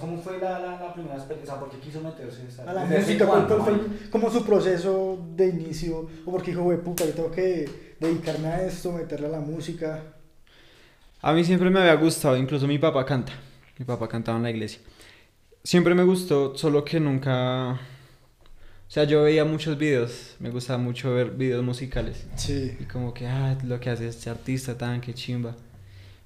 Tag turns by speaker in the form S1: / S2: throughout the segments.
S1: ¿Cómo fue la, la, la primera experiencia? O sea, ¿por qué quiso meterse en esa
S2: a la
S1: desde
S2: música,
S1: Juan,
S2: cuál fue
S1: Juan?
S2: como su proceso de inicio, o porque dijo, "Güey, puta, yo tengo que dedicarme a esto, meterle a la música.
S3: A mí siempre me había gustado, incluso mi papá canta. Mi papá cantaba en la iglesia. Siempre me gustó, solo que nunca... O sea, yo veía muchos videos, me gustaba mucho ver videos musicales.
S2: Sí.
S3: Y como que, ah, lo que hace este artista tan, que chimba.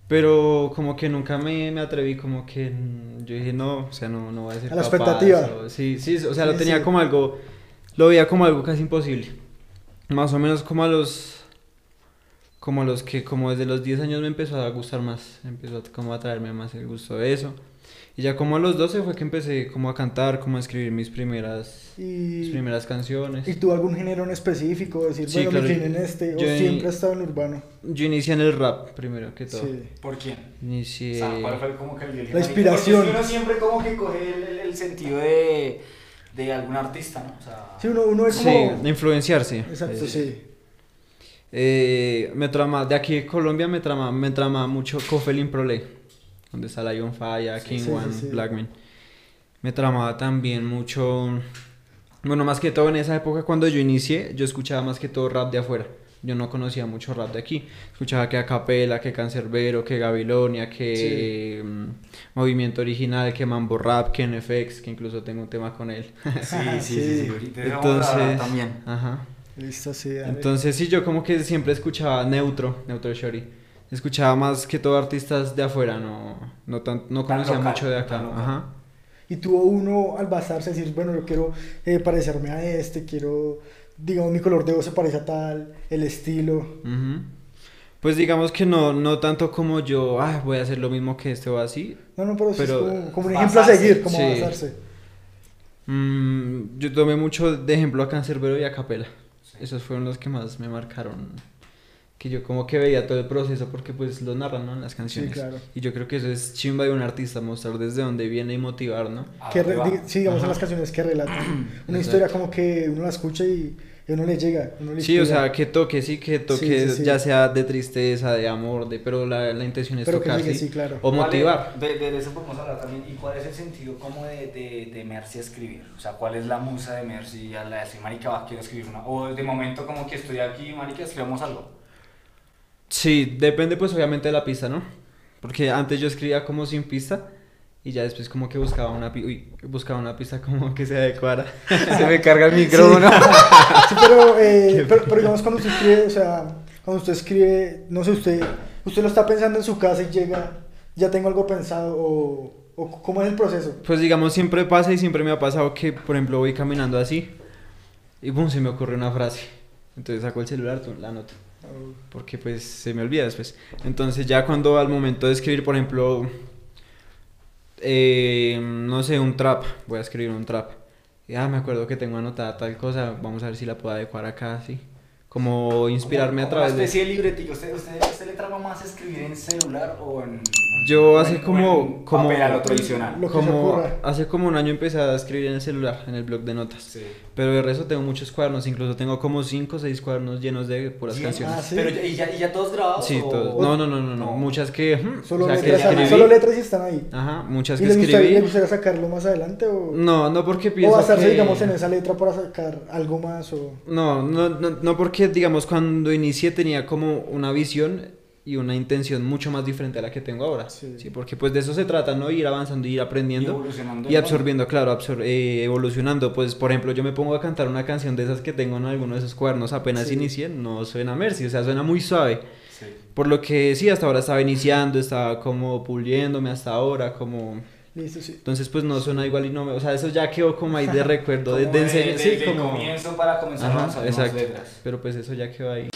S3: Pero como que nunca me, me atreví, como que mm, yo dije, no, o sea, no, no voy a ser
S2: A la
S3: capaz",
S2: expectativa.
S3: o- sí, sí, o sea, lo
S2: Sí,
S3: tenía
S2: sí.
S3: como algo, lo veía como algo casi imposible. Más o menos como a los, como a los que, como desde los 10 años me empezó a gustar más, empezó a- como a traerme más el gusto de eso. Y ya como a los 12 fue que empecé como a cantar, como a escribir mis primeras, mis
S2: Y,
S3: primeras canciones.
S2: y tuvo algún género en específico, decir,
S3: Sí,
S2: bueno,
S3: claro,
S2: me
S3: yo-
S2: crié en este, o
S3: yo-
S2: siempre he estado en urbano.
S3: Yo inicié en el rap, primero que todo.
S2: Sí.
S1: ¿Por quién? O
S3: Inicié...
S1: sea, ¿cuál fue como que el origen?
S2: Eh, La inspiración.
S1: Porque es que uno siempre como que coge el, el- el sentido de, de algún artista, ¿no? O sea,
S2: Sí, uno, uno es
S3: Sí,
S2: como...
S3: de influenciarse.
S2: Exacto,
S3: Eh,
S2: sí.
S3: eh, me trama, de aquí de Colombia me trama, me trama mucho Cofelin Prole, donde está Lion Fire, King
S2: sí,
S3: One,
S2: sí, sí.
S3: Blackman. Me tramaba también mucho. Bueno, más que todo en esa época cuando yo inicié, yo escuchaba más que todo rap de afuera. Yo no conocía mucho rap de aquí. Escuchaba que Acapela, que Cancerbero, que Gabilonia, que
S2: Sí.
S3: mm, Movimiento Original, que Mambo Rap, que NFX, que incluso tengo un tema con él.
S2: Ajá,
S1: sí, sí, sí, sí,
S2: sí.
S1: ahorita vamos a hablar
S3: Entonces,
S1: también.
S3: Ajá.
S2: Listo, sí. a ver.
S3: Entonces sí, yo como que siempre escuchaba neutro, neutro Shorty. Escuchaba más que todo artistas de afuera, no, no, tan- no
S1: Tan
S3: conocía
S1: local,
S3: mucho de acá.
S1: tan local.
S3: Ajá.
S2: Y tuvo uno al basarse, decir, bueno, yo quiero eh, parecerme a este, quiero, digamos, mi color de voz se parece a tal, el estilo.
S3: Ujú. Pues digamos que no, no tanto como yo, ah, voy a hacer lo mismo que este o así.
S2: No, no, pero, sí
S3: Pero-
S2: es como, como un ejemplo a
S1: Basarse,
S2: seguir, como
S3: sí.
S2: basarse.
S3: Mm, yo tomé mucho de ejemplo a Cancerbero y a Capela. Esos fueron los que más me marcaron. Que yo como que veía todo el proceso porque pues lo narran, ¿no? En las canciones.
S2: claro.
S3: Y yo creo que eso es chimba de un artista, mostrar desde dónde viene y motivar, ¿no?
S1: ¿A
S2: Que
S1: dónde
S2: re-
S1: Ah, va?
S2: di- sí, digamos, son las canciones que relatan. Una historia como que uno la escucha y, y uno le llega. uno le
S3: Sí, o
S2: inspira,
S3: sea, que toque, sí, que toque,
S2: sí, sí.
S3: ya sea de tristeza, de amor, de, pero la, la intención es
S2: Pero que
S3: tocar,
S2: llegue,
S3: sí,
S2: sí, claro.
S3: o
S1: ¿Cuál es-
S3: motivar.
S1: De, de- de eso podemos hablar también. ¿Y cuál es el sentido como de, de, de Mercy a escribir? O sea, ¿cuál es la musa de Mercy? A la de decir, marica, va, quiero escribir una. O de momento como que estoy aquí, marica, escribamos algo.
S3: Sí, depende pues obviamente de la pista, ¿no? Porque antes yo escribía como sin pista y ya después como que buscaba una, pi- uy, buscaba una pista como que se adecuara.
S1: Se me carga el micrófono.
S2: Sí, pero, eh, pero, pero digamos cuando usted escribe, o sea, cuando usted escribe, no sé, usted, usted lo está pensando en su casa y llega, ya tengo algo pensado, o, o cómo es el proceso.
S3: Pues digamos, siempre pasa y siempre me ha pasado que, por ejemplo, voy caminando así y boom, se me ocurre una frase. Entonces saco el celular, tum, la anoto. porque pues se me olvida después. Entonces ya cuando al momento de escribir, por ejemplo, eh, no sé, un trap, voy a escribir un trap. Y, ah, me acuerdo que tengo anotada tal cosa, vamos a ver si la puedo adecuar acá, sí. Como inspirarme a través
S1: Una
S3: de...
S1: especie de libretillo. ¿Usted, usted, usted le traba más escribir en celular o en.
S3: Yo
S1: o
S3: hace
S1: en- o
S3: como-
S1: en
S3: como-
S1: Papel a lo tradicional.
S2: Lo que se
S3: Como
S2: ocurra.
S3: hace como un año empecé a escribir en el celular, en el blog de notas.
S1: Sí.
S3: Pero de resto tengo muchos cuadernos, incluso tengo como 5 o 6 cuadernos llenos de puras
S1: Bien.
S3: canciones.
S2: Ah, sí.
S1: Pero, ¿y, ya, ¿Y ya todos grabados?
S3: Sí,
S1: o-
S3: todos. No, no, no, no, no, muchas que... ujú,
S2: Solo,
S3: o sea, que
S2: letras,
S3: escribí.
S2: solo letras y están ahí.
S3: Ajá, muchas
S2: ¿Y
S3: que
S2: le gustaría, le
S3: escribí.
S2: gustaría sacarlo más adelante o,
S3: No, no porque
S2: o
S3: pienso
S2: basarse,
S3: que-
S2: digamos, en esa letra para sacar algo más? O...
S3: No, no, no, no porque, digamos, cuando inicié tenía como una visión y una intención mucho más diferente a la que tengo ahora.
S2: Sí.
S3: Sí. porque pues de eso se trata, ¿no? Ir avanzando, ir
S1: Y
S3: aprendiendo
S1: evolucionando.
S3: y absorbiendo, claro, absor- eh, evolucionando. Pues, por ejemplo, yo me pongo a cantar una canción de esas que tengo en alguno de esos cuernos apenas
S2: Sí.
S3: inicié, no suena Mercy, o sea, suena muy suave.
S1: Sí.
S3: Por lo que sí, hasta ahora estaba iniciando, estaba como puliéndome hasta ahora, como...
S2: Listo, sí.
S3: Entonces, pues no suena igual y no me... O sea, eso ya quedó como ahí de recuerdo, de,
S1: Como
S3: de enseñar-
S1: de-
S3: sí,
S1: de
S3: como...
S1: comienzo para comenzar a
S3: Ajá,
S1: lanzar más
S3: exacto.
S1: letras.
S3: Pero pues eso ya quedó ahí.